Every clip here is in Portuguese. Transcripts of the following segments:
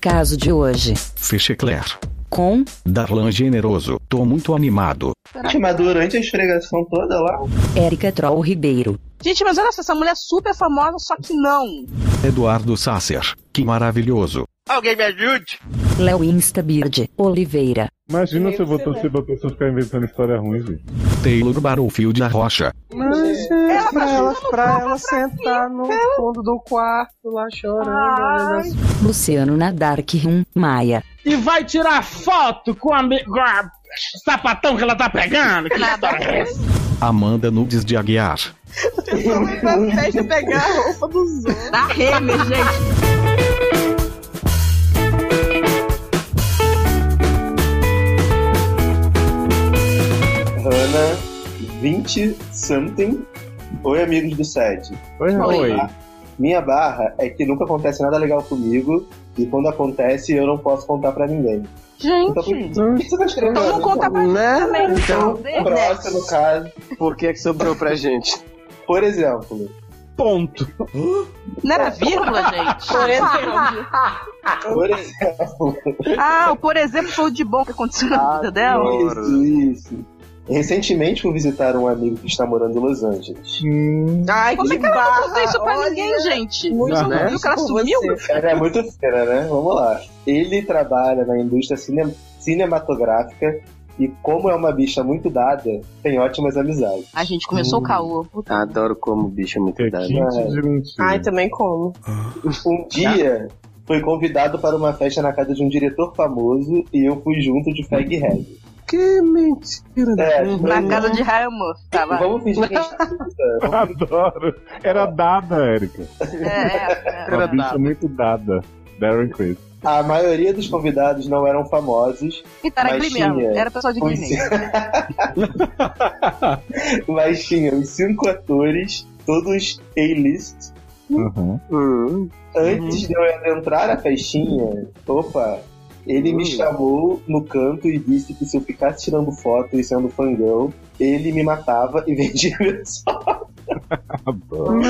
caso de hoje, Fechecler. com Darlan Generoso. Tô muito animado. Caraca, mas durante a esfregação toda lá. Érica Troll Ribeiro, Gente, mas olha só, essa mulher é super famosa, só que não. Eduardo Sasser. Que maravilhoso. Alguém me ajude? Léo Instabird Oliveira, Imagina se eu vou torcer pra pessoa ficar inventando história ruim, gente. Taylor Barofield da Rocha. Mas é Tá pra ela, pra ela sentar no fundo do quarto lá chorando. olhando assim. Luciano Nadarkrum Maia, E vai tirar foto com a, me- com a sapatão que ela tá pegando? Que Nada. história é essa? Amanda Nudes de Aguiar. Também pra festa pegar a roupa dos outros. Da Renner, gente. Hannah 20 something. Oi, amigos do set. Oi. Minha barra é que nunca acontece nada legal comigo. E quando acontece, eu não posso contar pra ninguém. Então, por Gente. por que você tá escrevendo? Então não conta pra mim Né? também. Então, O próximo caso, por que que sobrou pra gente? por exemplo. Ponto. Não era né, vírgula, gente. Por exemplo. Por exemplo. Ah, o por exemplo foi o de bom que aconteceu na Ah, vida dela. Isso, isso. Recentemente fui visitar um amigo que está morando em Los Angeles. Ai, Como é que que ela não contou isso pra barra, ninguém, olha. gente? Muito Você não né? honesto viu que ela com sumiu? você. Cara, é muito fera, né? Vamos lá. Ele trabalha na indústria cine- cinematográfica e, como é uma bicha muito dada, tem ótimas amizades. A gente começou Hum. o caô. Adoro como o bicho é muito Que é dado. quente de mentira. Ai, também como. Um dia foi convidado para uma festa na casa de um diretor famoso e eu fui junto de Fag Head. Que mentira. né? É, Na casa de Raimundo. Tava. Vamos fingir que a gente Adoro. Era dada, Érica. É, é. Era bicha muito dada. Darren Criss. A maioria dos convidados não eram famosos, E era Glee mesmo. Baixinha. Era pessoal de Glee Os- mesmo. é. mas tinha os cinco atores, todos A-list. Uhum. Hum, Antes de eu adentrar a festinha, opa, ele me chamou no canto e disse que se eu ficasse tirando foto e sendo fangão, ele me matava e vendia meu sol. Adoro.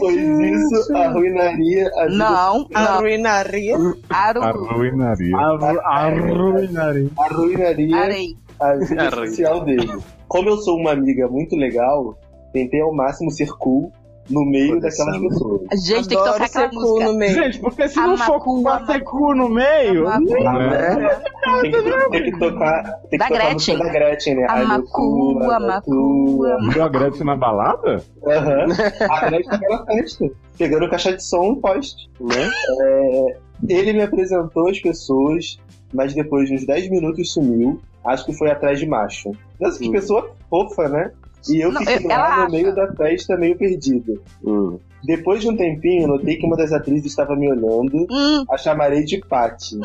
Pois isso arruinaria a vida Não, A não. ruinaria. Aru. Arruinaria. Arruinarei. arruinaria Arei. a vida Arruinaria. social dele. Como eu sou uma amiga muito legal, tentei ao máximo ser cool no meio daquelas pessoas. A gente tem que Adoro tocar aquela ser cool música. no meio. Gente, porque se não for com Amacua, bater cu no meio. Amacua. Né? Tem que, tem que tocar, tem que É. Da tocar a música Gretchen. da Gretchen, né? Ai, meu cu, Amacua, ai, meu cu, Amacua. Viu a Gretchen na balada? Aham. A Gretchen naquela festa. Pegando caixa de som e poste. Né? É, ele me apresentou as pessoas, mas depois de uns 10 minutos sumiu. Acho que foi atrás de macho. Nossa, que pessoa fofa, né? E eu Não, fiquei eu- lá ela no acha. meio da festa, meio perdida. hum. Depois de um tempinho, notei que uma das atrizes estava me olhando. Hum, A chamarei de Patty.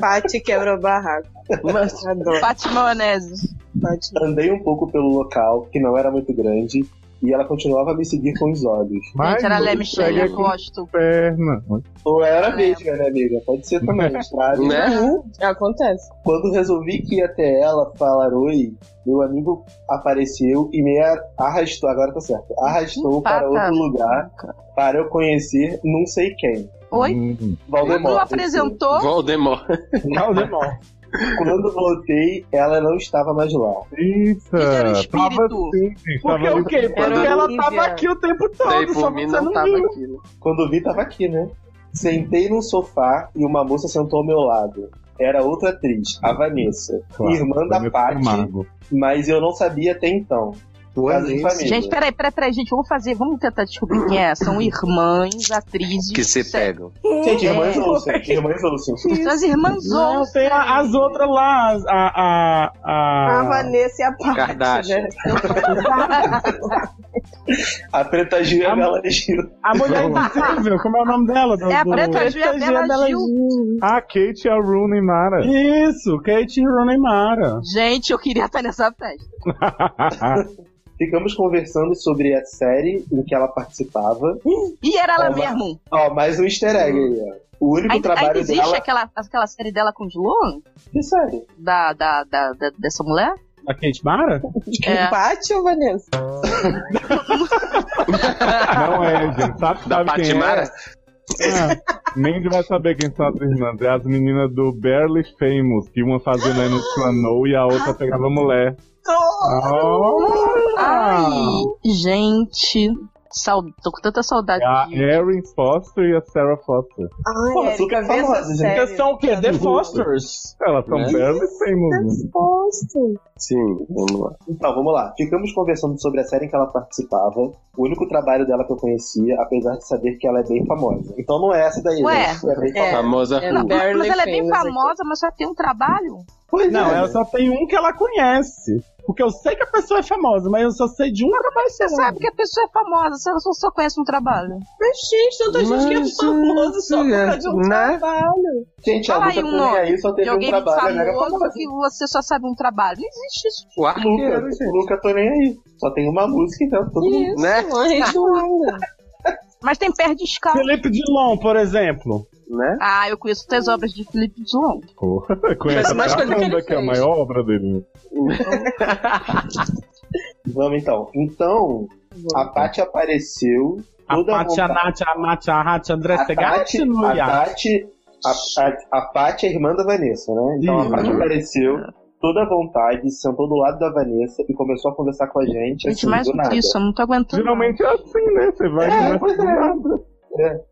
Pati quebra o barraco. Adoro. Fátima Maionese. Pati. Andei um pouco pelo local, que não era muito grande, e ela continuava a me seguir com os olhos. Gente, era não Lé Michele, pega eu gosto. com perna. Ou era vesga, né, amiga? Pode ser também, Né? sabe? Uhum, Acontece. Quando resolvi que ia até ela falar oi, meu amigo apareceu e me arrastou, agora tá certo, arrastou Empata. para outro lugar para eu conhecer não sei quem. Oi? Hum. é Valdemar. Tu apresentou? Voldemort. Valdemar. Quando voltei, ela não estava mais lá. Eita. Isso era um espírito. Tava sim, gente. Tava Porque o ali. quê? Porque Era ela Olivia. tava aqui o tempo todo, só Daí por você mim não, não tava viu. aqui. né? Quando vi, tava aqui, né? Sentei num sofá e uma moça sentou ao meu lado. Era outra atriz, a Vanessa, Claro, irmã da Vanessa Paty, Camargo. mas eu não sabia até então. Casa de família. Gente, peraí, peraí, peraí, gente, vamos fazer, vamos tentar descobrir quem é. São irmãs, atrizes. Que se pegam. Gente, irmãs É. ouçam, irmãs ouçam. São as irmãs Não, Olsen. tem a- as outras lá, as- a. a, a... A Vanessa e a Pati. Kardashian. Né? A preta Gil e a Ah, Bela Gil. A mulher invisível, como é o nome dela? do- É a do- Preta Gil e a tá Bela Gil. A Kate e a Rooney Mara. Isso, Kate Rooney Mara. Gente, eu queria estar nessa festa. Ficamos conversando sobre a série em que ela participava. E era ela Ela- mesmo. Ó, mais um easter egg Hum. aí, ó. O único Ainda, ainda trabalho existe dela. aquela, aquela série dela com o Sloan? Que série? Da, da, da, da- dessa mulher? A Kate Mara? É. Pati ou Vanessa? Não é, gente. Sabe, Da sabe quem é? Patimara? Ah, Mandy vai saber quem são as irmãs. É as meninas do Barely Famous, que uma fazia né, no Planou e a outra pegava mulher. Ai, Ah! gente. Sau... Tô com tanta saudade. É a de- Erin Foster e a Sarah Foster. Ai, Ah, Pô, super Erika, vê essa famosa, gente. série. Vocês são É o quê? The Fosters. Elas são Né? Barely Famous. né? Exposto. Sim, vamos lá. Então, vamos lá. Ficamos conversando sobre a série em que ela participava. O único trabalho dela que eu conhecia, apesar de saber que ela é bem famosa. Então não é essa daí, Ué, né? É bem é. famosa. Famosa É, Não, Who. mas Barely ela é bem famous aqui. famosa, mas só tem um trabalho? Pois Não, é. ela só tem um que ela conhece. Porque eu sei que a pessoa é famosa, mas eu só sei de um que Você sabe que a pessoa é famosa, você só- só conhece um trabalho. Mas, gente, tanta gente que é Mas, famosa só por causa de um né? trabalho. Gente, a Fala aí luta um com nome aí só De é. teve um alguém muito trabalho, é mega famoso famosa. que você só sabe um trabalho. Não existe isso. O Nunca, arqueiro, gente. nunca tô nem aí. Só tem uma música, então todo mundo. Isso, Né? uma redoada. Mas tem pé de escala. Felipe Dilon, por exemplo. Né? Ah, eu conheço Hum. três obras de Felipe Dilon. Porra, conhece Mas mais a coisa que ele Amanda, que é a fez. maior obra dele. Vamos então. Então, a Paty apareceu. A Toda Paty, a vontade. Nath, a Nath, a Rath, a André A Tati, Segatti no a Iá. Tati, a, a, a Paty é irmã da Vanessa, né? Então a Isso. Paty apareceu toda à vontade, sentou do lado da Vanessa e começou a conversar com a gente. Gente, assim, mais do do nada. que isso, eu não tô aguentando. Geralmente é assim, né? Você vai É, e pois começa é. do nada.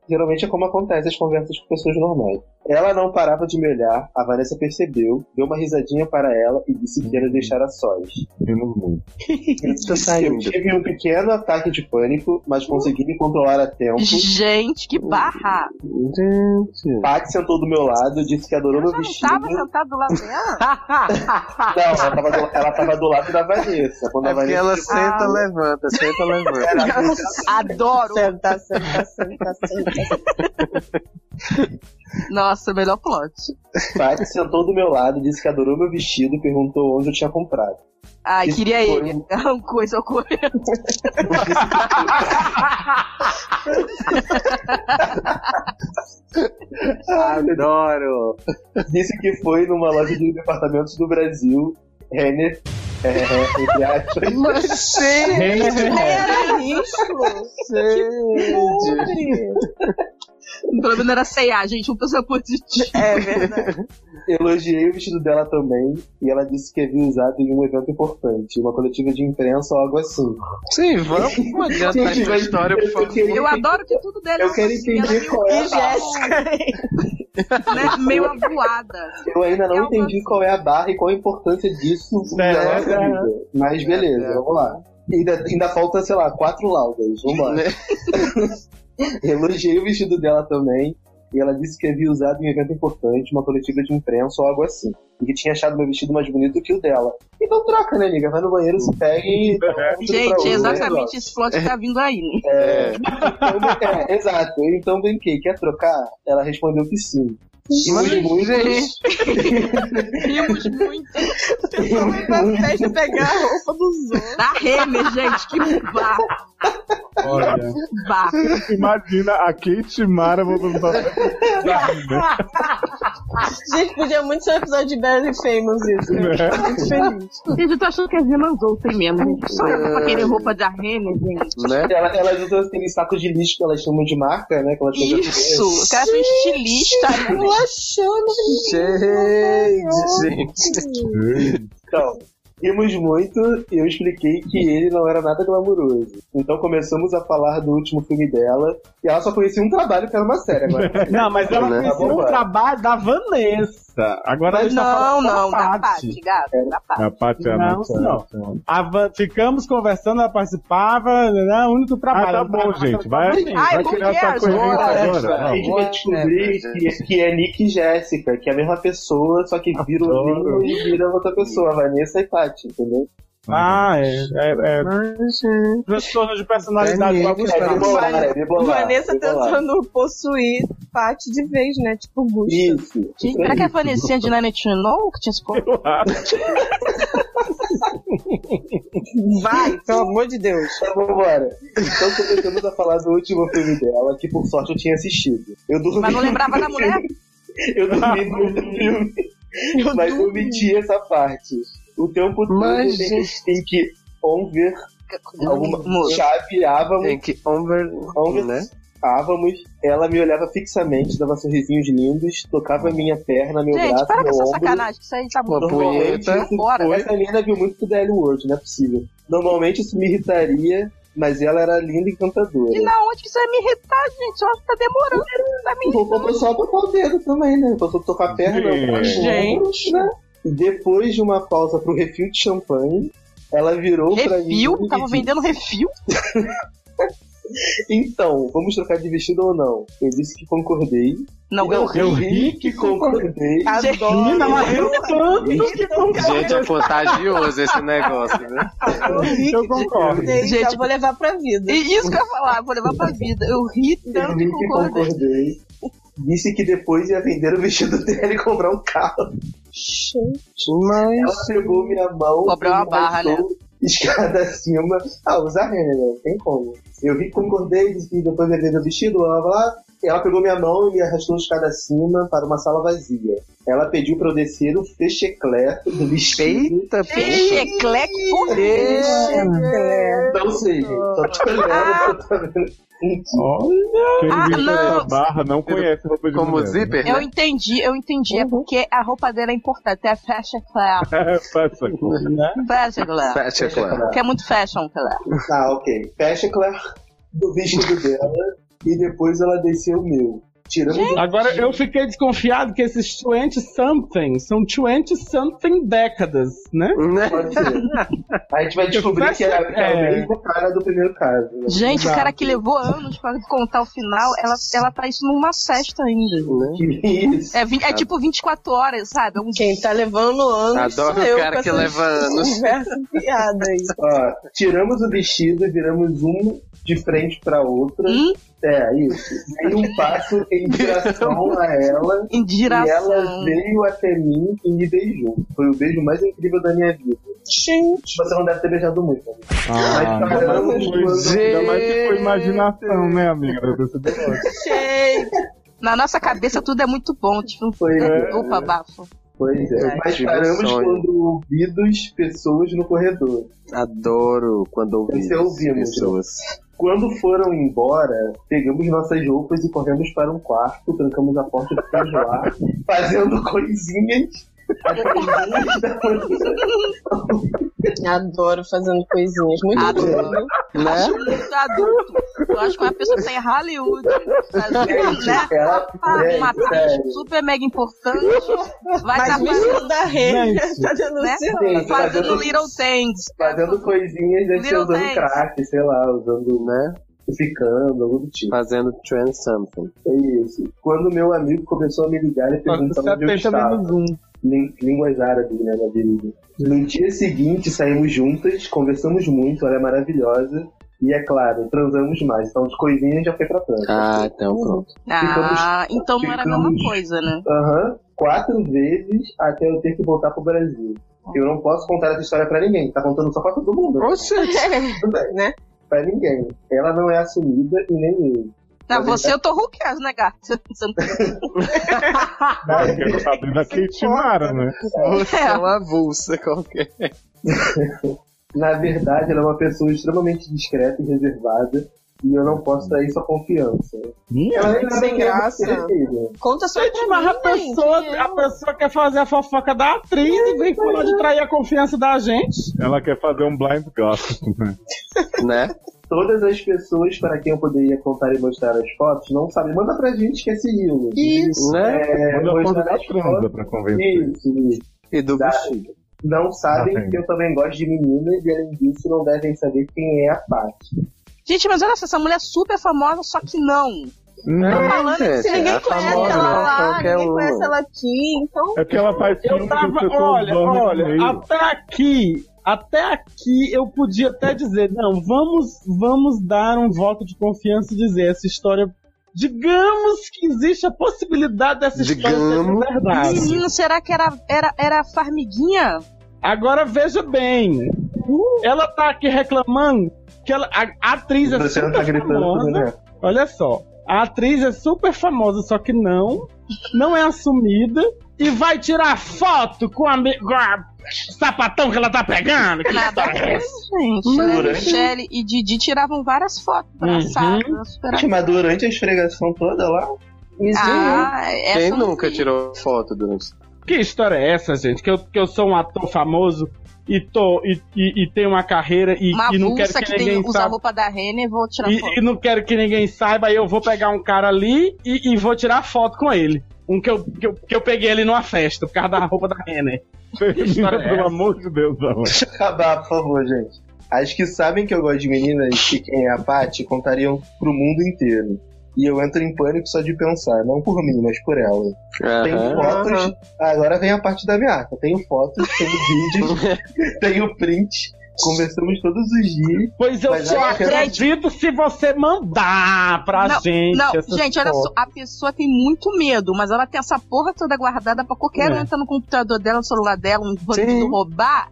Geralmente é como acontece as conversas com pessoas normais. Ela não parava de me olhar, a Vanessa percebeu, deu uma risadinha para ela e disse que ia nos deixar a sós. Rimos muito. Tá Eu saindo. tive um pequeno ataque de pânico, mas consegui me controlar a tempo. Gente, que barra! Gente. Paty sentou do meu lado, disse que adorou Eu meu já não vestido. tava sentado do lado dela? Não, ela tava, do, ela tava do lado da Vanessa. Quando a É porque Vanessa ela senta, levanta, senta, levanta. Tá Adoro! Senta, senta, senta, senta. tá Nossa, melhor plot. Paty sentou do meu lado, disse que adorou meu vestido e perguntou onde eu tinha comprado. Ai, Isso queria foi um- ele. Um Arrancou esse ocorreu. Adoro. Disse que foi numa loja de departamentos do Brasil, Renner, é, é, entre aspas. Mas, É, gente, Era isso. gente. Pelo menos era C&A, gente. Um pessoa positivo. É verdade. Elogiei o vestido dela também e ela disse que havia usado em um evento importante, uma coletiva de imprensa ou algo assim. Sim, vamos. Não adianta Gente, essa mas- história, por favor. queria- Eu adoro que tudo dela Eu quero assim, ela entender meio- qual é a barra. né, meio avoada. Eu ainda não É uma- entendi qual é a barra e qual a importância disso na É, nossa é. vida. Mas beleza, É, é. vamos lá. Ainda, ainda falta, sei lá, quatro laudas. Vamos lá. Né? Elogiei o vestido dela também. E ela disse que havia usado em um evento importante, uma coletiva de imprensa ou algo assim. E que tinha achado meu vestido mais bonito que o dela. Então troca, né, amiga? Vai no banheiro, se pega e. Gente, é é exatamente esse plot que tá vindo aí, né? É. É, exato. Então, bem que quer trocar? Ela respondeu que sim. Mas, Rimos muito. gente. Rimos muito. Foi pra festa pegar a roupa dos outros. Da Renner, Tá gente. Que barra. Olha. barra. Imagina a Kate Mara voltando pra Gente, podia muito ser um episódio de Barely Famous isso. Eu Né? fico muito feliz. Gente, eu tô achando que é as irmãs outras mesmo. gente. Só eu pra querer roupa da Renner, gente. Né? Ela, elas usam aquele saco de lixo que elas chamam de marca, né? Que elas compram de Isso. O cara foi estilista. né? Relaxando. Gente, gente. Então, rimos muito e eu expliquei que ele não era nada glamuroso. Então começamos a falar do último filme dela e ela só conhecia um trabalho que era uma série agora. Não, mas ela Né? conheceu o Vambora. trabalho da Vanessa. Agora Mas deixa eu não, falar não, da da Paty. parte, gato, da parte. Tá, A Paty é a Não, nossa- senhor. A Van- Ficamos conversando, ela participava, né, o único Ah, trabalho. tá bom, gente. Vai, Ai, vai who criar essa cares? corrente A Bora. agora. gente vai descobrir que, que é Nick e Jéssica, que é a mesma pessoa, só que vira o Adoro. Nino e vira outra pessoa, Vanessa e Paty, entendeu? Ah, é. é, é Mas, gente. transtorno de personalidade É com mesmo, alguns É é um Tá. trabalhos. bipolar, é bipolar. Vanessa bipolar. tentando possuir Paty de vez, né? Tipo, Gusta. Isso. Gente, Será que é a Vanessinha de Nanette não que tinha esse povo? Vai, pelo amor de Deus. Então vambora. Então começamos a falar do último filme dela, que por sorte eu tinha assistido. Eu dormi. Mas não lembrava da mulher? Eu dormi muito no filme. Mas eu omiti essa parte. O tempo todo Mas, em- em que Onver alguma, Moço. chapeava Tem que over, Onver né? estávamos, ela me olhava fixamente, dava sorrisinhos lindos, tocava minha perna, meu Gente, braço, para com meu essa ombro. sacanagem, que isso aí tá Uma muito punheta. doente. Bora. Foi. Essa menina viu muito do DL World, não é possível. Normalmente isso me irritaria, mas ela era linda e encantadora. E na onde que isso vai me irritar, gente? Eu acho que tá demorando. Tá me Vou começar a tocar o dedo também, né? Passou a tocar a perna, Gente. o braço, o ombro, né? E depois de uma pausa pro refil de champanhe, ela virou pra mim. Refil? e Tava disse, vendendo refil? Então, vamos trocar de vestido ou não? Eu disse que concordei. Não, eu Não, ri. eu ri que concordei. Gente, Menina, mas eu Gente, é contagioso esse negócio, né? Eu concordo. Gente, Gente, eu vou levar pra vida. E isso que eu ia falar, vou levar pra vida. Eu ri Eu tanto ri que que concordei. concordei. Disse que depois ia vender o vestido dela e comprar um carro. Mas. Ela pegou minha mão. Cobrar uma me barra, né? arrastou Escada acima. Ah, usar renda, não tem como. Eu vi que concordei, disse que depois ia vender o vestido, blá blá blá. Ela pegou minha mão e me arrastou escada acima para uma sala vazia. Ela pediu para eu descer o fecheclé do vestido. Eita, peixe. Checleque, porra. Não sei, gente. Só te olhando, só tô vendo. Ó, quem Ah, vive não. na barra não conhece roupa de Como mulher. zíper, Eu né? entendi, eu entendi. É Uhum. porque a roupa dela é importante. É fashion class. É, faça coisa. né? Fashion class. Fecha, claro. Que é muito fashion class. Ah, ok. Fecheclé do vestido dela e depois ela desceu o meu. Tiramos o Agora eu fiquei desconfiado que esses 20 something são 20 something décadas, né? Né? Pode ser. A gente vai descobrir que é, que é o É. mesmo cara do primeiro caso. né? Gente, o Exato. cara que levou anos pra contar o final, ela, ela tá isso numa festa ainda. Né? Isso. É, vi- é tipo 24 horas, sabe? É um Quem tá levando anos. Adoro sou o eu cara com que essas leva anos. conversas piadas. Ó, tiramos o vestido e viramos um de frente pra outra. Hum? É, isso. Dei um passo em direção a ela. E ela indiração. veio até mim e me beijou. Foi o beijo mais incrível da minha vida. Gente. Você não deve ter beijado muito, né? Ah, Mas ainda mais que caramba, foi- ainda mais que foi imaginação, né, amiga? da pessoa. Na nossa cabeça tudo é muito bom. Tipo, Foi, né? opa, bafo. Pois é. Ai, Mas tive um paramos sonho. quando ouvidos pessoas no corredor. é Adoro quando ouvimos Você ouvimos. pessoas. Quando foram embora, pegamos nossas roupas e corremos para um quarto, trancamos a porta e ficamos lá, fazendo coisinhas. até as duas da manhã. Adoro fazendo coisinhas. Muito Adoro. bom. Né? Acho muito adulto. Eu acho que uma pessoa que tá em Hollywood, fazendo, né? Gente, ela- é, Uma atriz sério. super mega importante. Vai estar Mas fazendo, menino da rede Gente. tá né? denunciando. Sim, Fazendo fazendo- Little Things. Fazendo coisinhas, deve ser Little usando Things. crack, sei lá, usando, Né? ficando, algum do tipo. Fazendo trans something. É isso. Quando meu amigo começou a me ligar e Agora perguntar onde eu estava. Lin- línguas árabes, né, na bebida. No dia seguinte, saímos juntas, conversamos muito, ela é maravilhosa. E é claro, transamos mais. Então, de coisinhas já foi pra trans. Ah, então pronto. Ah, então não era a mesma ficamos- coisa, né? Aham. Quatro vezes até eu ter que voltar pro Brasil. Eu não posso contar essa história pra ninguém. Tá contando só pra todo mundo. Tudo bem. né? Pra ninguém. Ela não é assumida e nem eu. Não, você eu tô roqueado, né, gato? Você você não Ah, eu quero saber da Kate Mara, né? Você É. é uma avulsa qualquer. Na verdade, ela é uma pessoa extremamente discreta e reservada. E eu não posso trair sua confiança. Ela ainda sem bem que é graça. muito querida. Conta só Gente, mas pra a mim, pessoa, gente. a pessoa quer fazer a fofoca da atriz e vem falar de trair a confiança da gente. Ela quer fazer um blind gossip, né? Né? Todas as pessoas para quem eu poderia contar e mostrar as fotos não sabem. Manda pra gente que é sigilo. Isso. Né? É, Manda a conta mostrar da as transa fotos. pra convencer. Isso, isso. E do Dá. bexiga. Não sabem Ah, tem. que eu também gosto de meninas e além disso não devem saber quem é a Paty. Gente, mas olha só, essa mulher é super famosa, só que não. Né, falando que gente? Se ninguém É conhece famosa, ela lá, qualquer ninguém uma. conhece ela aqui, então. É porque ela faz Eu filme que tava, você tá olha, dorme no olha, meio. até aqui, até aqui eu podia até dizer, não, vamos, vamos dar um voto de confiança e dizer essa história. Digamos que existe a possibilidade dessa história Digamos. ser verdade. Menino, será que era, era, era farmiguinha? Agora veja bem, Uh. ela tá aqui reclamando que ela, a a atriz é Você não tá super gritando, famosa. né? Olha só, A atriz é super famosa, só que não. Não é assumida. E vai tirar foto com a, me- com a sapatão que ela tá pegando. Que Nada a história é ver, essa? gente. Mas- Ana Michele e Didi tiravam várias fotos Uhum. braçadas. Super... Mas durante a esfregação toda lá. Ah, essa Quem eu não nunca vi. tirou foto durante. Que história é essa, gente? Que eu, que eu sou um ator famoso e, tô, e, e, e tenho uma carreira e, Uma e não quero bolsa que, que, tem, ninguém usa a saiba. roupa da Renner e vou tirar foto. E, e não quero que ninguém saiba, aí eu vou pegar um cara ali e, e vou tirar foto com ele. Um que eu, que, eu, que eu peguei ele numa festa, por causa da roupa da Renner. história é Pelo essa? amor de Deus, amor. Deixa eu acabar, por favor, gente. As que sabem que eu gosto de meninas e quem é a Paty contariam pro mundo inteiro. E eu entro em pânico só de pensar, não por mim, mas por ela. Tenho Aham. fotos. Agora vem a parte da ameaça. Tenho fotos, tenho vídeos, tenho print. Conversamos todos os dias. Pois eu Mas só aí- acredito se você mandar pra gente. Não, essas gente, olha fotos. só. A pessoa tem muito medo, mas ela tem essa porra toda guardada pra qualquer um É. entrar no computador dela, no celular dela, um bandido roubar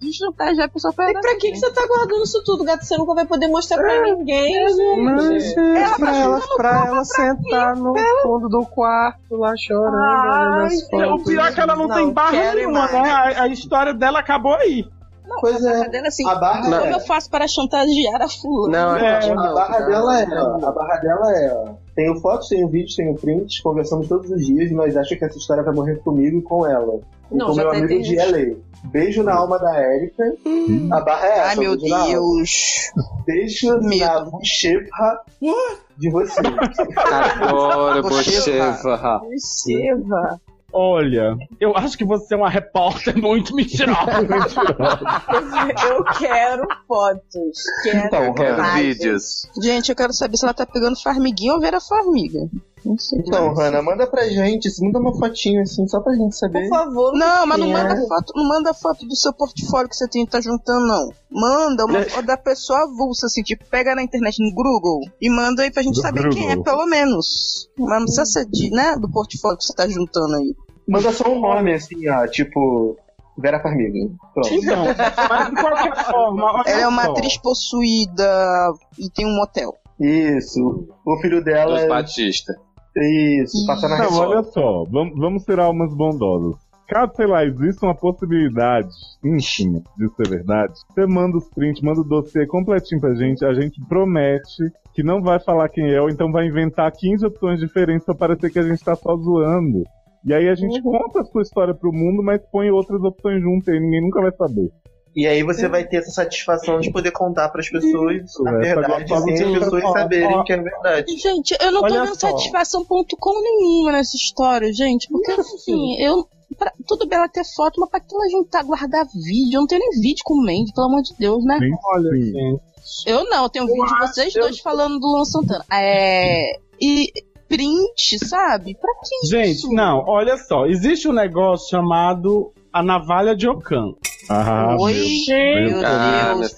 e, e chantagear a pessoa pra E pra que, que você tá guardando isso tudo, gato? Você nunca vai poder mostrar É, pra ninguém. né? Mas, Ela pra tá ela, jogando pra ela sentar no fundo do quarto lá chorando, olhando as O fotos. pior é que ela não, tem barra quero nenhuma, mais. né? A, a história dela acabou aí. Pois A é, dela assim, a barra como é. eu faço para chantagear a fulana? Não, É, é, A barra dela é, ó, a barra dela é, ó. Tenho fotos, tenho vídeos, tenho prints, conversamos todos os dias, mas acho que essa história vai morrer comigo e com ela. E Não, com já meu tá amigo de entendido. LA. Beijo na alma da Erika. A barra é essa. Ai, meu beijo na alma. Deus. Beijo na Medo. bochecha de você. Adoro Bochecha. bochecha. Eva. olha, Eu acho que você é uma repórter muito mentirosa. Eu quero fotos. Quero Então, Eu Então, quero imagens. vídeos. Gente, eu quero saber se ela tá pegando formiguinha ou Vera Formiga. Não sei. Então, Hanna, manda pra gente, se manda uma fotinho assim, só pra gente saber. Por favor, Não, mas não Sim, manda, é. foto, não manda foto do seu portfólio que você tem que tá juntando, não. Manda uma foto da pessoa avulsa, assim, tipo, pega na internet no Google e manda aí pra gente Do saber quem é, Google. pelo menos. Mas não precisa ser de, né, do portfólio que você tá juntando aí. Manda só um nome assim, ó, tipo. Vera Farmiga. Pronto. Então, mas de qualquer forma, olha Ela é uma só. atriz possuída e tem um motel. Isso. O filho dela Dos é. Batista. Isso, passa Tá, na Não, Record. olha só, vamos, vamos ser almas bondosas. Caso, sei lá, exista uma possibilidade íntima de ser verdade, você manda os prints, manda o dossiê completinho pra gente, a gente promete que não vai falar quem é, ou então vai inventar 15 opções diferentes pra parecer que a gente tá só zoando. E aí a gente Uhum. conta a sua história pro mundo, mas põe outras opções junto e aí ninguém nunca vai saber. E aí você vai ter essa satisfação de poder contar pras pessoas a é, saber verdade, a forma sem de- as pessoas ó, ó. saberem que é verdade. Gente, eu não tô Olha vendo só. satisfação.com nenhuma nessa história, gente. Porque assim, eu. pra- tudo bem ela ter foto, mas pra que ela juntar, guardar vídeo? Eu não tenho nem vídeo com o Mandy, pelo amor de Deus, É né? Sim, Olha, sim. gente. Eu não, eu tenho vídeo de vocês dois falando do Luan Santana. É. E print, sabe? Pra que isso? Gente, não, olha só. Existe um negócio chamado a navalha de Ocã. Ah, Oi, meu. meu Deus. Ah, meu Olha o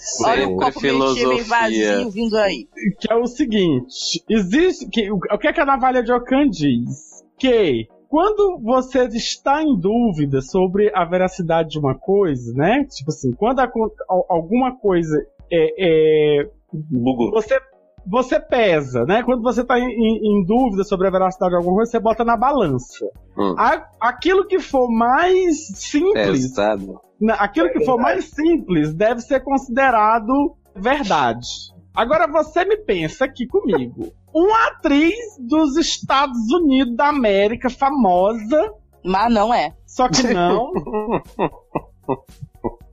sempre copo meio cheio, meio filosofia. vazio vindo aí. Que é o seguinte: existe. Que, o, o que é que a navalha de Ocã diz? Que quando você está em dúvida sobre a veracidade de uma coisa, né? Tipo assim, quando acon- al- alguma coisa é- é, Bugou. você, você pesa, né? Quando você tá em, em- em dúvida sobre a veracidade de alguma coisa, você bota na balança. Hum. A- aquilo que for mais É, simples, Pesado. na- Né, aquilo que for mais simples deve ser considerado verdade. Agora você me pensa aqui comigo. Uma atriz dos Estados Unidos da América, famosa, Mas não é. só que não.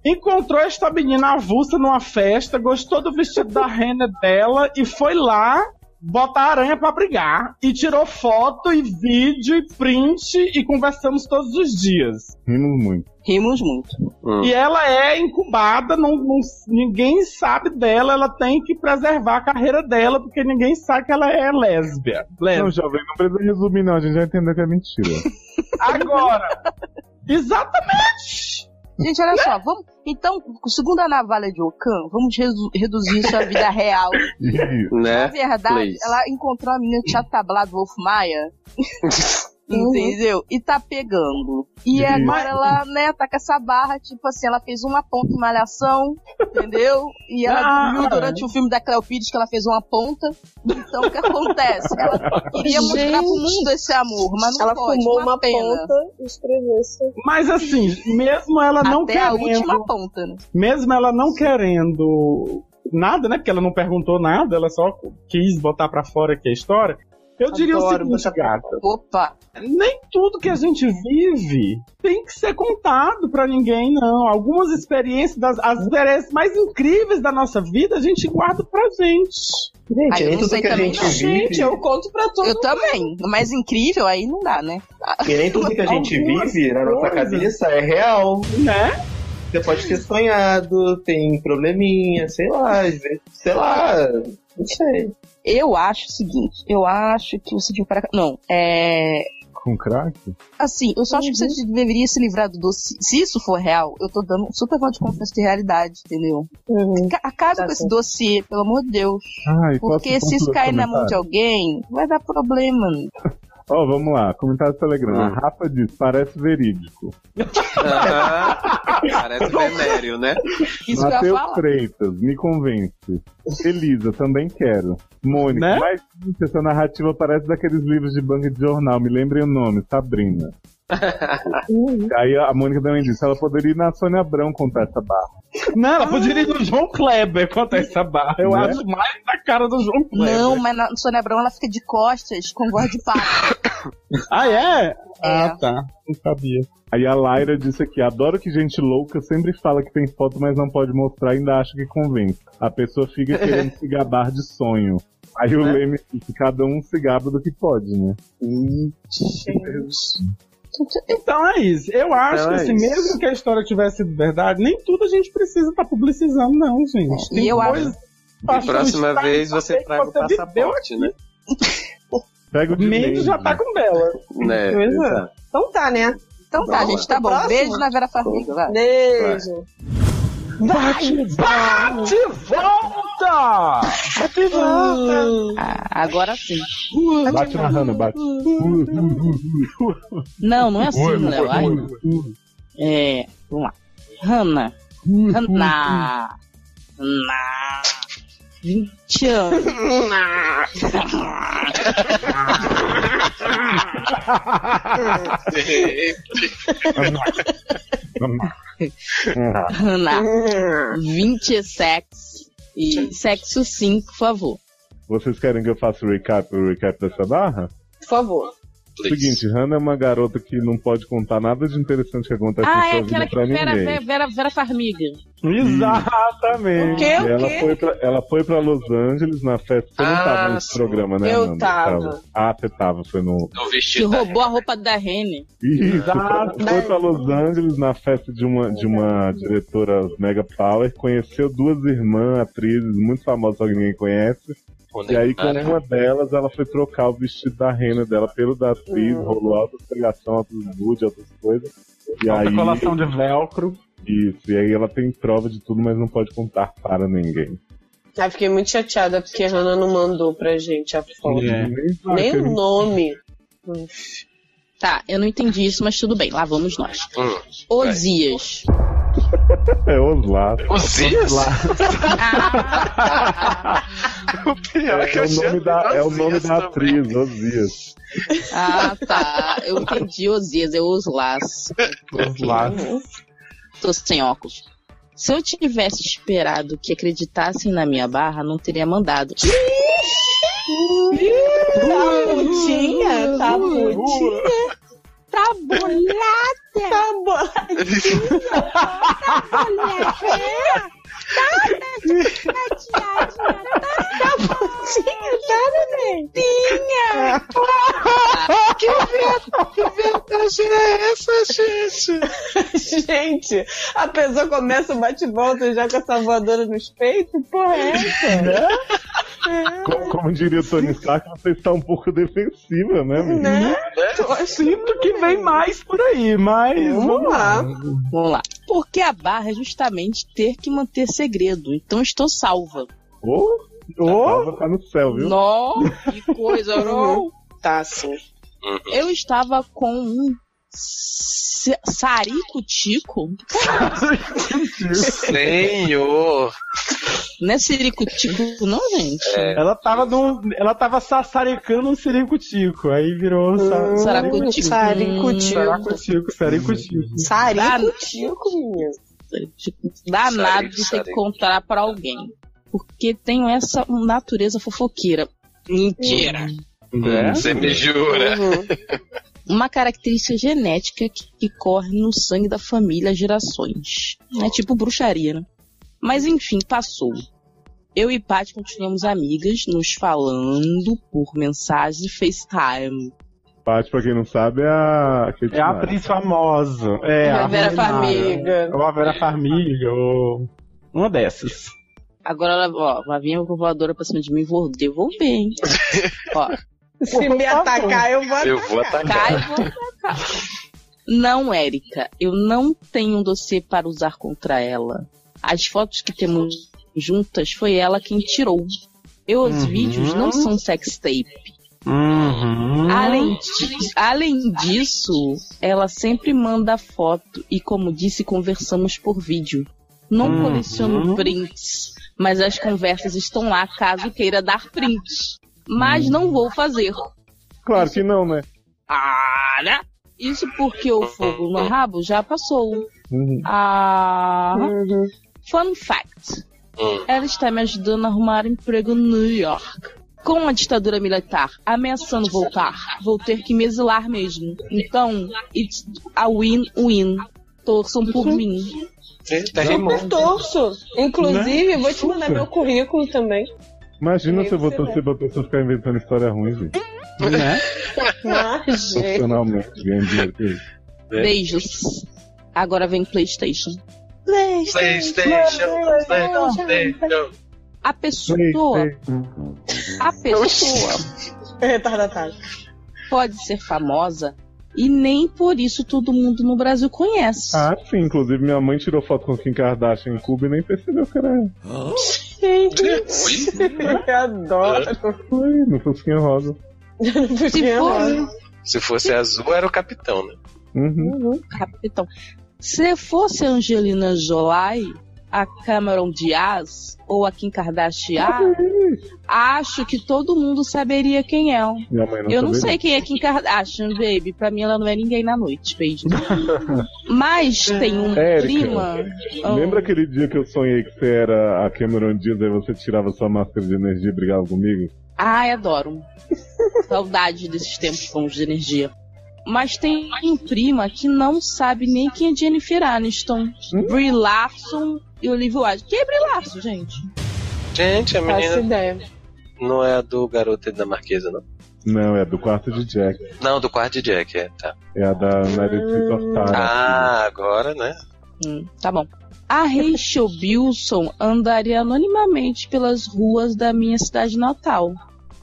Encontrou esta menina avulsa numa festa, gostou do vestido da renda dela e foi lá botar a aranha pra brigar. E tirou foto e vídeo e print e conversamos todos os dias. Rimos muito. Rimos muito. Hum. E ela é incubada, não, não- ninguém sabe dela, ela tem que preservar a carreira dela, porque ninguém sabe que ela é lésbia. lésbia. Não, jovem, não precisa resumir, não. A gente já entendeu que é mentira. Agora, exatamente! Gente, olha só, vamos. Então, segundo a navalha de Ocan, vamos resu- reduzir isso à vida real. E- é Na Né? verdade, Please. ela encontrou a menina do Teatro Tablado Wolf Maia Uhum. Entendeu? E tá pegando. E Isso. agora ela, né, tá com essa barra, tipo assim, ela fez uma ponta em malhação, entendeu? E ela Ah. viu durante o filme da Cleo Pires que ela fez uma ponta. Então o que acontece? Ela queria mostrar pro Gente. mundo esse amor, mas não Ela pode. fumou uma pena. ponta e escreveu isso. Mas assim, mesmo ela não Até a querendo. última ponta, né? Mesmo ela não querendo nada, né? Porque ela não perguntou nada, ela só quis botar pra fora aqui a história. Eu diria Adoro o botar seguinte, gata. Opa! Nem tudo que a gente vive tem que ser contado pra ninguém, não. Algumas experiências, das, as experiências mais incríveis da nossa vida, a gente guarda pra gente. Aí Gente, eu nem não tudo sei que a também, gente não. vive. Gente, eu conto pra todo Eu também. Mas incrível, aí não dá, né? E nem tudo que a gente Algumas vive na nossa coisas. cabeça é real. Né? Você pode ter sonhado, tem probleminha, sei lá, às vezes, sei lá, não sei. Eu acho o seguinte, eu acho que você devia parar. Não, é. Com crack? Assim, eu só acho que você deveria se livrar do doce. Se isso for real, eu tô dando um super voto de confiança de realidade, entendeu? Uhum. Ca- Acabe Tá com esse certo. dossiê, pelo amor de Deus. Ai, Porque se isso é cair na mão de alguém, vai dar problema. Ó, vamos lá. Comentário do Telegram. A Hum. Rafa diz, parece verídico. Aham. Parece Venério, né? Isso que eu ia Matheus falar. Freitas, me convence. Elisa, também quero. Mônica, Né? mas gente, essa narrativa parece daqueles livros de banca de jornal, me lembrem o nome, Sabrina. Aí a Mônica também disse, ela poderia ir na Sônia Abrão contar essa barra. Não, ela poderia ir no João Kleber contra essa barra. Eu Né? acho mais na cara do João Kleber. Não, mas na Sônia Abrão ela fica de costas com voz de pato. Ah, é? É. Ah, tá. Não sabia. Aí a Laira disse aqui, adoro que gente louca sempre fala que tem foto, mas não pode mostrar e ainda acha que convence. A pessoa fica querendo se gabar de sonho. Aí o Né? Leme disse, cada um se gaba do que pode, né? Então é isso. Eu acho Então que é assim, isso. mesmo que a história tivesse sido verdade, nem tudo a gente precisa estar publicizando, não, gente. É, e eu bastante Próxima estranhas vez também você que traz o você viveu passaporte, né? Pega o de Meio Mandy. já tá com Bela. Né, Pois é. exato. Então tá, né? Então tá, Vamos gente, tá bom. Próximo. Beijo na Vera Farmiga, vai. Beijo. Bate, bate, volta! Bate, volta! Ah, agora sim. Bate na Hannah, bate. Não, não é assim, Léo. Ai, não. É, vamos lá. Hanna. Hanna. Hanna. 20 anos. é. Ah, Hanna. 20 sexo. E sexo sim, por favor. Vocês querem que eu faça o recap, o recap dessa barra? Por favor. Seguinte, Hannah é uma garota que não pode contar nada de interessante que acontece Ah, na é sua aquela vida que pra Vera, ninguém. Vera, Vera, Vera Farmiga. Exatamente. O quê? O Ela, quê? Foi pra, ela foi pra Los Angeles na festa. Você não Ah, tava nesse sim. programa, né? Eu Hannah? tava. Ah, você tava, foi no. O Que vestido. roubou a roupa da Rene. Isso, Exato. foi pra Los Angeles na festa de uma, de uma diretora Mega Power. Conheceu duas irmãs, atrizes muito famosas, só que ninguém conhece. E aí, com uma delas, ela foi trocar o vestido da rena dela pelo da atriz, rolou alta pregação, altos nude, altas coisas. E aí, É. Colação de velcro. isso, e aí ela tem prova de tudo, mas não pode contar para ninguém. Ai, fiquei muito chateada porque a Hannah não mandou pra gente a foto. Nem um. o nome. Tá, eu não entendi isso, mas tudo bem, lá vamos nós. Hum. Osias. Hum. É Oslar. O Zias? Ah, o pior É o nome da, é o nome da atriz, Osias. Ah, tá. Eu entendi Osias, eu Oslas. um. Tô sem óculos. Se eu tivesse esperado que acreditassem na minha barra, não teria mandado. Tá putinha, tá putinha. Tá bolado! Tá bom. Gente, a pessoa começa o bate-volta já com essa voadora nos peitos? Porra, é essa? Como, como diria o Tony Stark, você está um pouco defensiva, né, amigo? né? Eu sinto que vem mais por aí, mas. Vamos lá. Vamos lá. Porque a barra é justamente ter que manter segredo. Então estou salva. Ô, Ô, Tava tá no céu, viu? Nó, que coisa, não. Tá, sim. Eu estava com um sa- saricutico. Senhor! Não é siricutico, não, gente? Ela tava num. Ela tava sassaricando um ciricutico. Aí virou um Ah. sa- Saracutico. saracutico, saricutico. Saricutico. Tico, menino. Tipo, danado Sarei, de ter sarei. que contar pra alguém. Porque tenho essa natureza fofoqueira. Hum. Mentira. Hum. É? Você me jura? Uhum. Uma característica genética que, que corre no sangue da família há gerações. É tipo bruxaria, né? Mas enfim, passou. Eu e Paty continuamos amigas, nos falando por mensagem e FaceTime. Paty, pra quem não sabe, é a. Kate É a Mara. atriz famosa. É, A a Vera Farmiga. Ou a Vera Farmiga, ou. Uma dessas. Agora ela, ó, vai vir a voadora pra cima de mim e vou devolver, hein? ó, Se me atacar, eu vou Eu vou tá atacar. Cai, vou pra cá. Não, Érica, eu não tenho um dossiê para usar contra ela. As fotos que temos juntas foi ela quem tirou. E os Uhum. vídeos não são sextape. Uhum. Além, di- além disso, ela sempre manda foto e, como disse, conversamos por vídeo. Não Uhum. coleciono prints, mas as conversas estão lá caso queira dar prints. Mas não vou fazer. Claro que não, né? Para! Isso porque o fogo no rabo já passou. Uhum. Ah. Fun fact: Hum. ela está me ajudando a arrumar emprego em New York. Com a ditadura militar ameaçando voltar, vou ter que me exilar mesmo. Então, it's a win-win. Torçam por mim. Eita, rimou. Super torço. Né? Inclusive, vou te mandar meu currículo também. Imagina Eu se eu vou sei torcer pra pessoa ficar inventando história ruim, gente. Né? Ah, gente. Profissionalmente, ganhando dinheiro. com isso. É. Beijos. Agora vem PlayStation. PlayStation, PlayStation, PlayStation. A Sei, pessoa, sei. a pessoa É, Retardatário. pode ser famosa e nem por isso todo mundo no Brasil conhece. Ah, sim, inclusive minha mãe tirou foto com Kim Kardashian em Cuba e nem percebeu que era ela. Gente, eu adoro. Foi, no Fusquinha Rosa. É, Se for, Se fosse azul, era o capitão, né? Uhum. capitão, se fosse a Angelina Jolie, a Cameron Diaz ou a Kim Kardashian, Uhum. acho que todo mundo saberia quem é. Minha mãe não Eu não saberia. sei quem é Kim Kardashian, baby. Pra mim ela não é ninguém na noite, beijo. Mas tem um uma Érica, prima. ah, Lembra aquele dia que eu sonhei que você era a Cameron Diaz e você tirava sua máscara de energia e brigava comigo? Ai, adoro. Saudade desses tempos bons de energia. Mas tem uma prima que não sabe nem quem é Jennifer Aniston, Hum? Brie Larson e Olivia Wilde. Quem é Brie Larson, gente? Gente, a Faço menina ideia. não é a do garoto da marquesa, não. Não, é do quarto de Jack. Não, do quarto de Jack, é, tá. É a da Meredith Otara. Ah, agora, né? Hum, tá bom. A Rachel Bilson andaria anonimamente pelas ruas da minha cidade natal.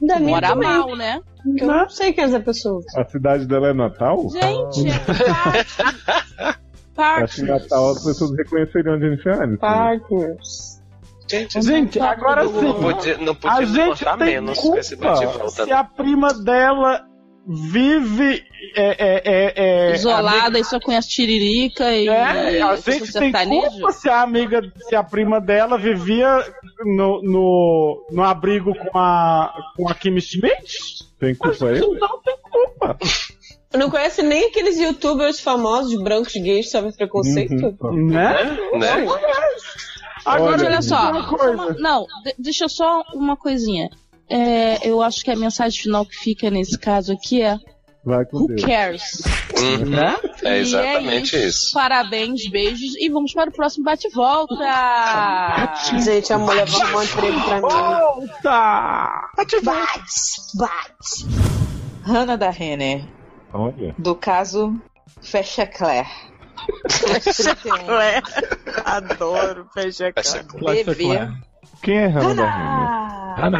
Da minha Mora também, mal, né? porque Eu não sei quem é essa pessoa. A cidade dela é Natal? Gente, é Acho que Park. em Natal as pessoas reconheceriam a Jennifer Aniston. Partners. Ah, Gente, Gente, tá agora sim. não podia, não assim. A podia gente cortar tem menos com culpa esse bate-volta. se a prima dela vive é, é, é, é, Isolada e só conhece tiririca e. É, a gente tem culpa se a amiga, se a prima dela vivia no, no, no abrigo com a, com a Kim Schmidt? Tem culpa aí? Não tem culpa. Eu Não conhece nem aqueles youtubers famosos, brancos, gays, sabe preconceito? Uhum. Né? Né? Agora, Olha só, uma Uma- coisa. Não, de- deixa só uma coisinha. É, eu acho que a mensagem final que fica nesse caso aqui é Vai com Who Deus. cares? Hum, Né? é E exatamente isso. Parabéns, beijos e vamos para o próximo bate-volta. Gente, a mulher vai arrumar um emprego pra mim. Volta! Hannah da Renner, Olha. do caso Fecha Claire. 31. Adoro fechar Essa Bebê. Quem é Hannah da Renner? Ah,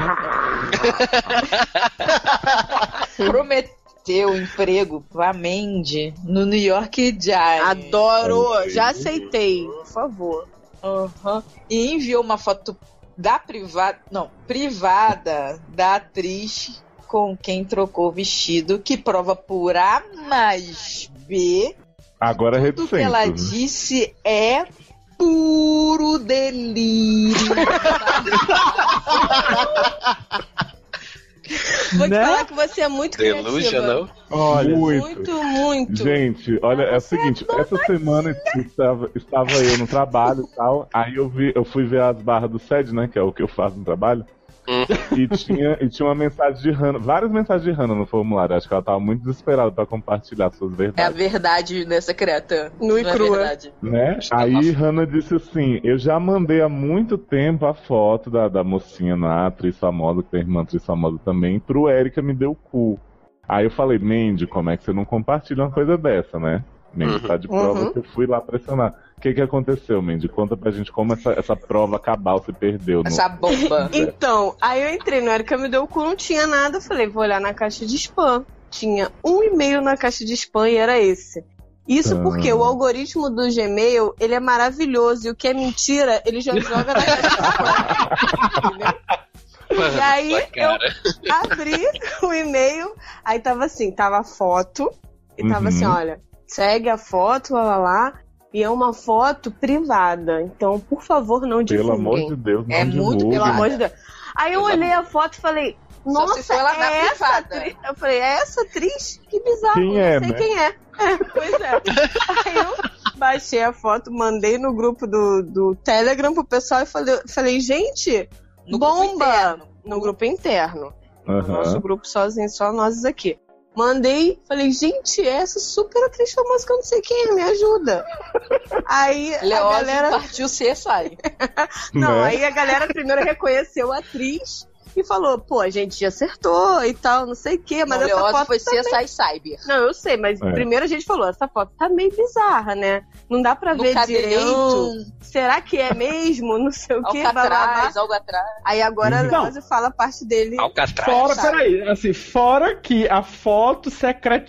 prometeu emprego pra Mandy no New York Giants. Adoro! Já aceitei, por favor. Aham. E enviou uma foto da privada, não, privada da atriz com quem trocou o vestido, que prova por A mais B. Agora é Tudo que ela disse é puro delírio. Vou Né? te falar que você é muito Delusional? criativa. Olha, Muito, muito. Gente, olha, é o seguinte, essa semana né? estava, estava eu no trabalho e tal, aí eu vi, eu fui ver as barras do SED, né? Que é o que eu faço no trabalho. E tinha, e tinha uma mensagem de Hannah, várias mensagens de Hannah no formulário. Acho que ela tava muito desesperada pra compartilhar suas É a verdades. verdade dessa creta. Nua e Não é crua. verdade. Né? Aí Hannah disse assim: Eu já mandei há muito tempo a foto da, da mocinha na atriz famosa, que tem irmã atriz famosa também, pro Erika me deu o cu. Aí eu falei, Mandy, como é que você não compartilha uma coisa dessa, né? Mandy, tá de prova Uhum. que eu fui lá pressionar. O que que aconteceu, Mandy? Conta pra gente como essa, essa prova cabal se perdeu. no- Essa bomba. Então, aí eu entrei no Erika me deu o cu, não tinha nada. eu Falei, vou olhar na caixa de spam. Tinha um e-mail na caixa de spam e era esse. Isso Ah. porque o algoritmo do Gmail, ele é maravilhoso. E o que é mentira, ele já joga na caixa de spam. entendeu? Mano, E aí, sua cara. abri o e-mail, aí tava assim, tava a foto, e tava Uhum. assim, olha, segue a foto, lá, lá, lá, e é uma foto privada, então, por favor, não divulguem. Pelo amor de Deus, não É divulgue. muito pelo Pelo amor de Deus. Aí eu Pelo olhei a foto e falei, Só se nossa, for ela na é essa privada." atriz? Eu falei, é essa atriz? Que bizarro, Quem não é, sei né? quem é. É, Pois é. Aí eu baixei a foto, mandei no grupo do, do Telegram pro pessoal e falei, falei gente, No grupo bomba! interno. no grupo interno. Aham. No nosso grupo sozinho, só nós aqui. Mandei, falei, gente, essa super atriz famosa que eu não sei quem é, me ajuda. Aí a Leózio galera. partiu C, sai. Não, é? Né? aí a galera primeiro reconheceu a atriz e falou, pô, a gente já acertou e tal, não sei o quê, mas Não, essa Leózio foto. foi tá C, meio- sai, cyber. Não, eu sei, mas É. primeiro a gente falou, essa foto tá meio bizarra, né? Não dá pra No ver cabelhão, direito. Será que é mesmo? Não sei o quê, blá, blá, blá. algo atrás. Aí agora Então- o Leózio fala a parte dele. Alcatraz. Fora, sabe? peraí, assim, fora que a foto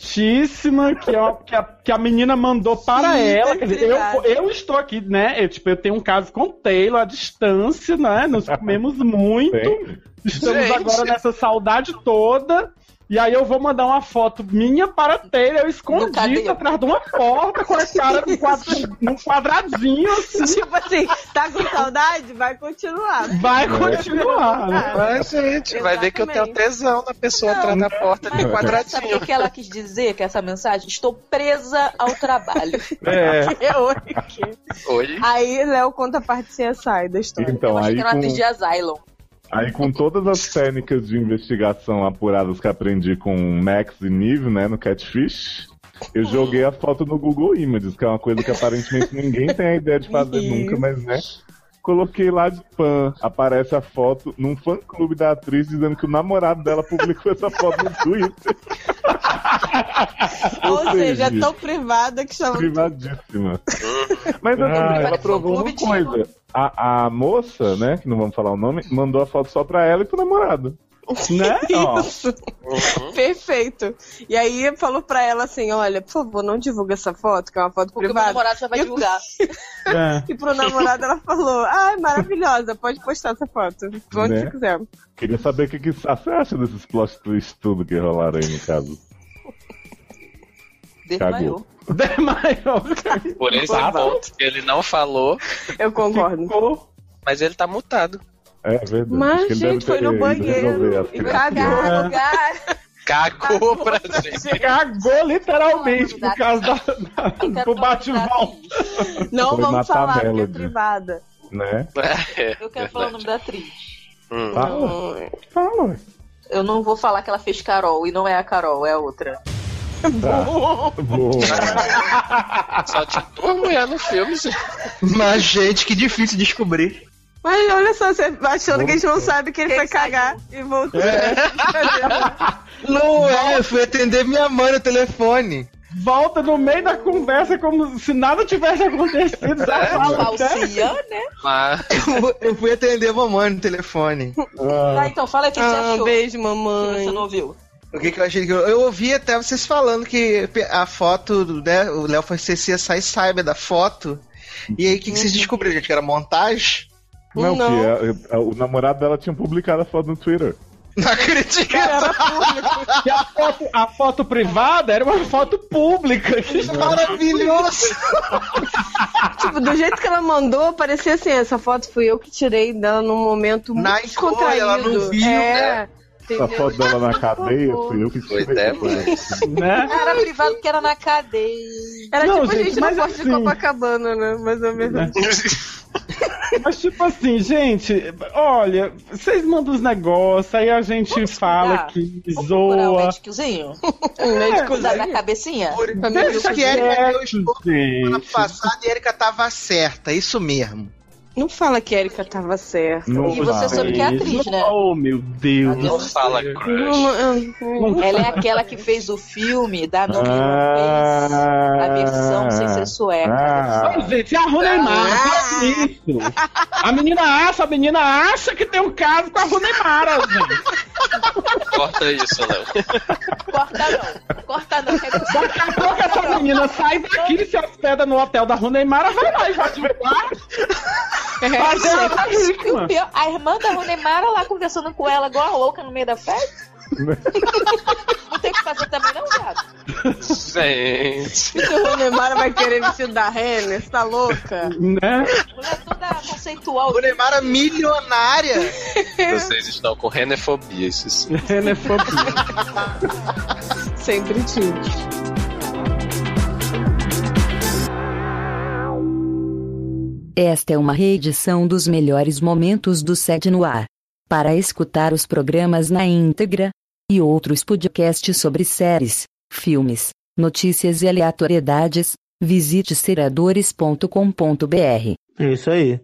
secretíssima que a, que a, que a menina mandou para Sim, ela, quer dizer, eu, verdade. eu estou aqui, né, eu, tipo, eu tenho um caso com o Taylor à distância, né, nos comemos muito, Tem? estamos Gente. agora nessa saudade toda, e aí eu vou mandar uma foto minha para Taylor, eu escondida cadeia. atrás de uma porta, com a cara num quadra- num quadradinho, assim, Tipo assim, tá com saudade? Vai continuar. vai continuar, né? Mas, gente, vai ver que eu tenho Exatamente. tesão na pessoa atrás da porta de Sabe quadradinho. o que ela quis dizer com essa mensagem? Estou presa ao trabalho. É. É hoje que- Oi. Aí, Léo conta a parte CSI da história. Então, eu achei aí que era uma com- atriz de Asylum. Aí, com todas as técnicas de investigação apuradas que aprendi com Max e Nive, né, no Catfish, eu Uhum. joguei a foto no Google Images, que é uma coisa que aparentemente ninguém tem a ideia de fazer Isso. nunca, mas né. Coloquei lá de pan, aparece a foto num fã-clube da atriz dizendo que o namorado dela publicou essa foto no Twitter. Ou seja, é seja, tão privada que chama. Privadíssima. Mas assim, ela provou uma coisa. A, a moça, né, que não vamos falar o nome, mandou a foto só pra ela e pro namorado. né? Ó, Isso. Uhum. Perfeito. E aí falou pra ela assim: olha, por favor, não divulga essa foto, que é uma foto Porque o meu privada. namorado já vai Eu- divulgar. é. E pro namorado ela falou: ai, maravilhosa, pode postar essa foto. Onde Né? você quiser. Queria saber o que, que você acha desses plot twists tudo que rolaram aí no caso. Desmaiou. Demaior Por esse Tá bom. ponto, ele não falou, Eu concordo. ficou... mas ele tá mutado. É verdade. Mas, Acho que ele gente, deve foi ter no ido banheiro resolver as e crianças. cagou. Cagou pra gente. Cagou literalmente por causa da, da- assim. do bate-volta. bate-volta. Não Foi vamos matar a falar que é Melody. privada. Né? Tá É, Eu quero falar o nome da atriz. hum. Fala, fala. Eu não vou falar que ela fez Carol, e não é a Carol, é a outra. Tá. Boa. Só tinha duas mulheres no filme, gente. Mas, gente, que difícil descobrir. Mas olha só, você achando que a gente não sabe que ele foi cagar e voltou. Não é, eu fui atender minha mãe no telefone. Volta no meio da conversa como se nada tivesse acontecido. Já É fala, né? Falsian, né? Mas Eu fui atender a mamãe no telefone. Tá, então fala aí o que você Ah, achou. beijo, que mamãe. Você não ouviu? O que, que eu achei que eu, eu ouvi até vocês falando que a foto, do- né? O Léo foi CC sai cyber da foto. E aí, o que, que vocês descobriram, gente? Que era montagem? Não, é, Não. que a- a- o namorado dela tinha publicado a foto no Twitter. Não acredito. Era público. E a foto, a foto privada era uma foto pública. Que maravilhoso. tipo, do jeito que ela mandou, parecia assim, essa foto fui eu que tirei dela num momento muito Na escola, descontraído. ela não viu, é. né? Essa foto dela na cadeia, fui eu que Pois é, Né? Era privado porque era na cadeia. Era Não, tipo gente, a gente na mas porta de assim- Copacabana, né? Mais ou menos. Mas tipo assim, gente, olha, vocês mandam os negócios, aí a gente fala estudar. que Procurar um o zoa. médicozinho. Um médico Usar na cabecinha. Por Família isso que quieto, Erika deu esporro semana gente. passada e Erika tava certa, isso mesmo. Não fala que a Erika tava certa. Não E você soube que é atriz, né? Oh, meu Deus. Não fala Não, crush. não, não. Ela é aquela que fez o filme da Milky Way, a A versão sem ser sueca. Olha, Ah, gente, arruma a Neymar, faz isso. A menina acha, a menina acha que tem um caso com a Rua Neymar, gente. Corta isso, Léo. Corta não, corta não. é quer dizer, Daqui a pouco Então essa menina sai daqui e se hospeda no hotel da Rua Neymar, vai lá e vai de verdade. É, Fazer ela tá E o rica. pior, a irmã da Runemara lá conversando com ela igual a louca no meio da festa. não tem o que fazer também, não, viado. Gente. Se o Ronemara vai querer vestido da Renner, você tá louca? Né? Mulher toda conceitual. O Neymar é milionária. Vocês estão com renefobia, isso sim. Ela é fofinha. Sempre tive. Esta é uma reedição dos melhores momentos do Sede no Ar. Para escutar os programas na íntegra e outros podcasts sobre séries, filmes, notícias e aleatoriedades, visite seradores.com.br. É isso aí.